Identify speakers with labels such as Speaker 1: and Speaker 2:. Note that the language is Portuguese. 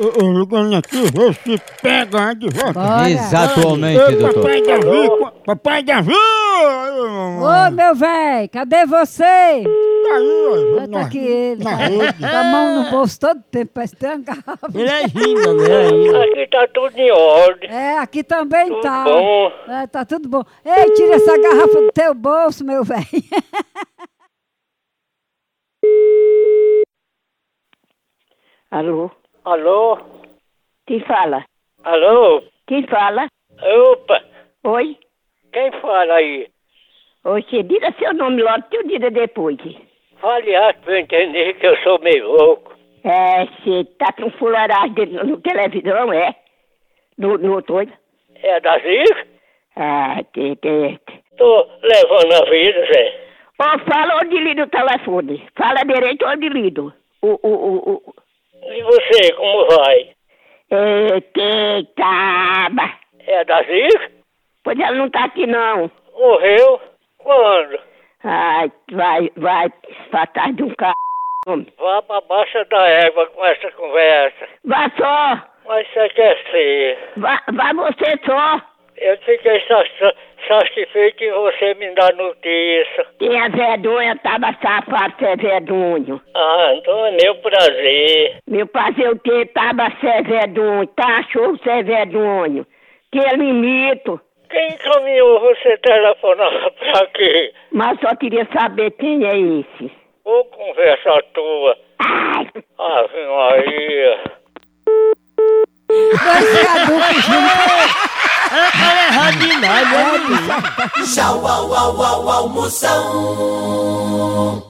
Speaker 1: Ô, ô, ligando aqui, Recife, pega de volta.
Speaker 2: Bora.
Speaker 3: Exatamente, doutor.
Speaker 1: papai Davi, qua- papai Davi! Ô,
Speaker 2: Ô, meu velho, cadê você?
Speaker 1: Tá aí, ó.
Speaker 2: Ah, Tá aqui ele.
Speaker 1: na
Speaker 2: cara.
Speaker 1: rede.
Speaker 2: Com a mão no bolso todo tempo, parece que tem uma garrafa.
Speaker 1: Ele é rindo, né? é rindo.
Speaker 4: Aqui tá tudo em ordem.
Speaker 2: É, aqui também
Speaker 4: Tudo
Speaker 2: tá.
Speaker 4: bom.
Speaker 2: É, tá tudo bom. Ei, tira essa garrafa do teu bolso, meu velho.
Speaker 5: Alô?
Speaker 4: Alô?
Speaker 5: Quem fala?
Speaker 4: Alô?
Speaker 5: Quem fala?
Speaker 4: Opa!
Speaker 5: Oi?
Speaker 4: Quem fala aí?
Speaker 5: Oi, você diga seu nome logo, que eu diga depois.
Speaker 4: Fale alto pra eu entender que eu sou meio louco.
Speaker 5: É, você tá com fularagem dentro- no, televisão, é? No, no coisa?
Speaker 4: É da Zica?
Speaker 5: Ah, que que...
Speaker 4: Tô levando a vida, Zé.
Speaker 5: Ô, fala onde lido o telefone. Fala direito onde lido. O, o, o, o...
Speaker 4: E você, como vai?
Speaker 5: É, que taba.
Speaker 4: É da Zica?
Speaker 5: Pois ela não tá aqui, não.
Speaker 4: Morreu? Quando?
Speaker 5: Ai, vai, vai, pra trás de um carro. homem.
Speaker 4: Vá pra baixa da égua com essa conversa.
Speaker 5: Vá só,
Speaker 4: Mas você quer ser.
Speaker 5: vá, vá você só.
Speaker 4: Eu fiquei sa- satisfeito em você me dar notícia.
Speaker 5: Quem é vergonha, tava safado, você é vergonho.
Speaker 4: Ah, então é meu prazer.
Speaker 5: Meu fazer o quê? Tava sem vergonha, tá? Show sem vergonha. Que é limito.
Speaker 4: Quem encaminhou você telefonar pra quê?
Speaker 5: Mas só queria saber quem é esse.
Speaker 4: Ô, conversa Ah, tua.
Speaker 5: Ai,
Speaker 4: Ave Maria.
Speaker 2: Dois caducos juntos.
Speaker 3: Ordinário.
Speaker 6: Tchau, au, au, au, almoção.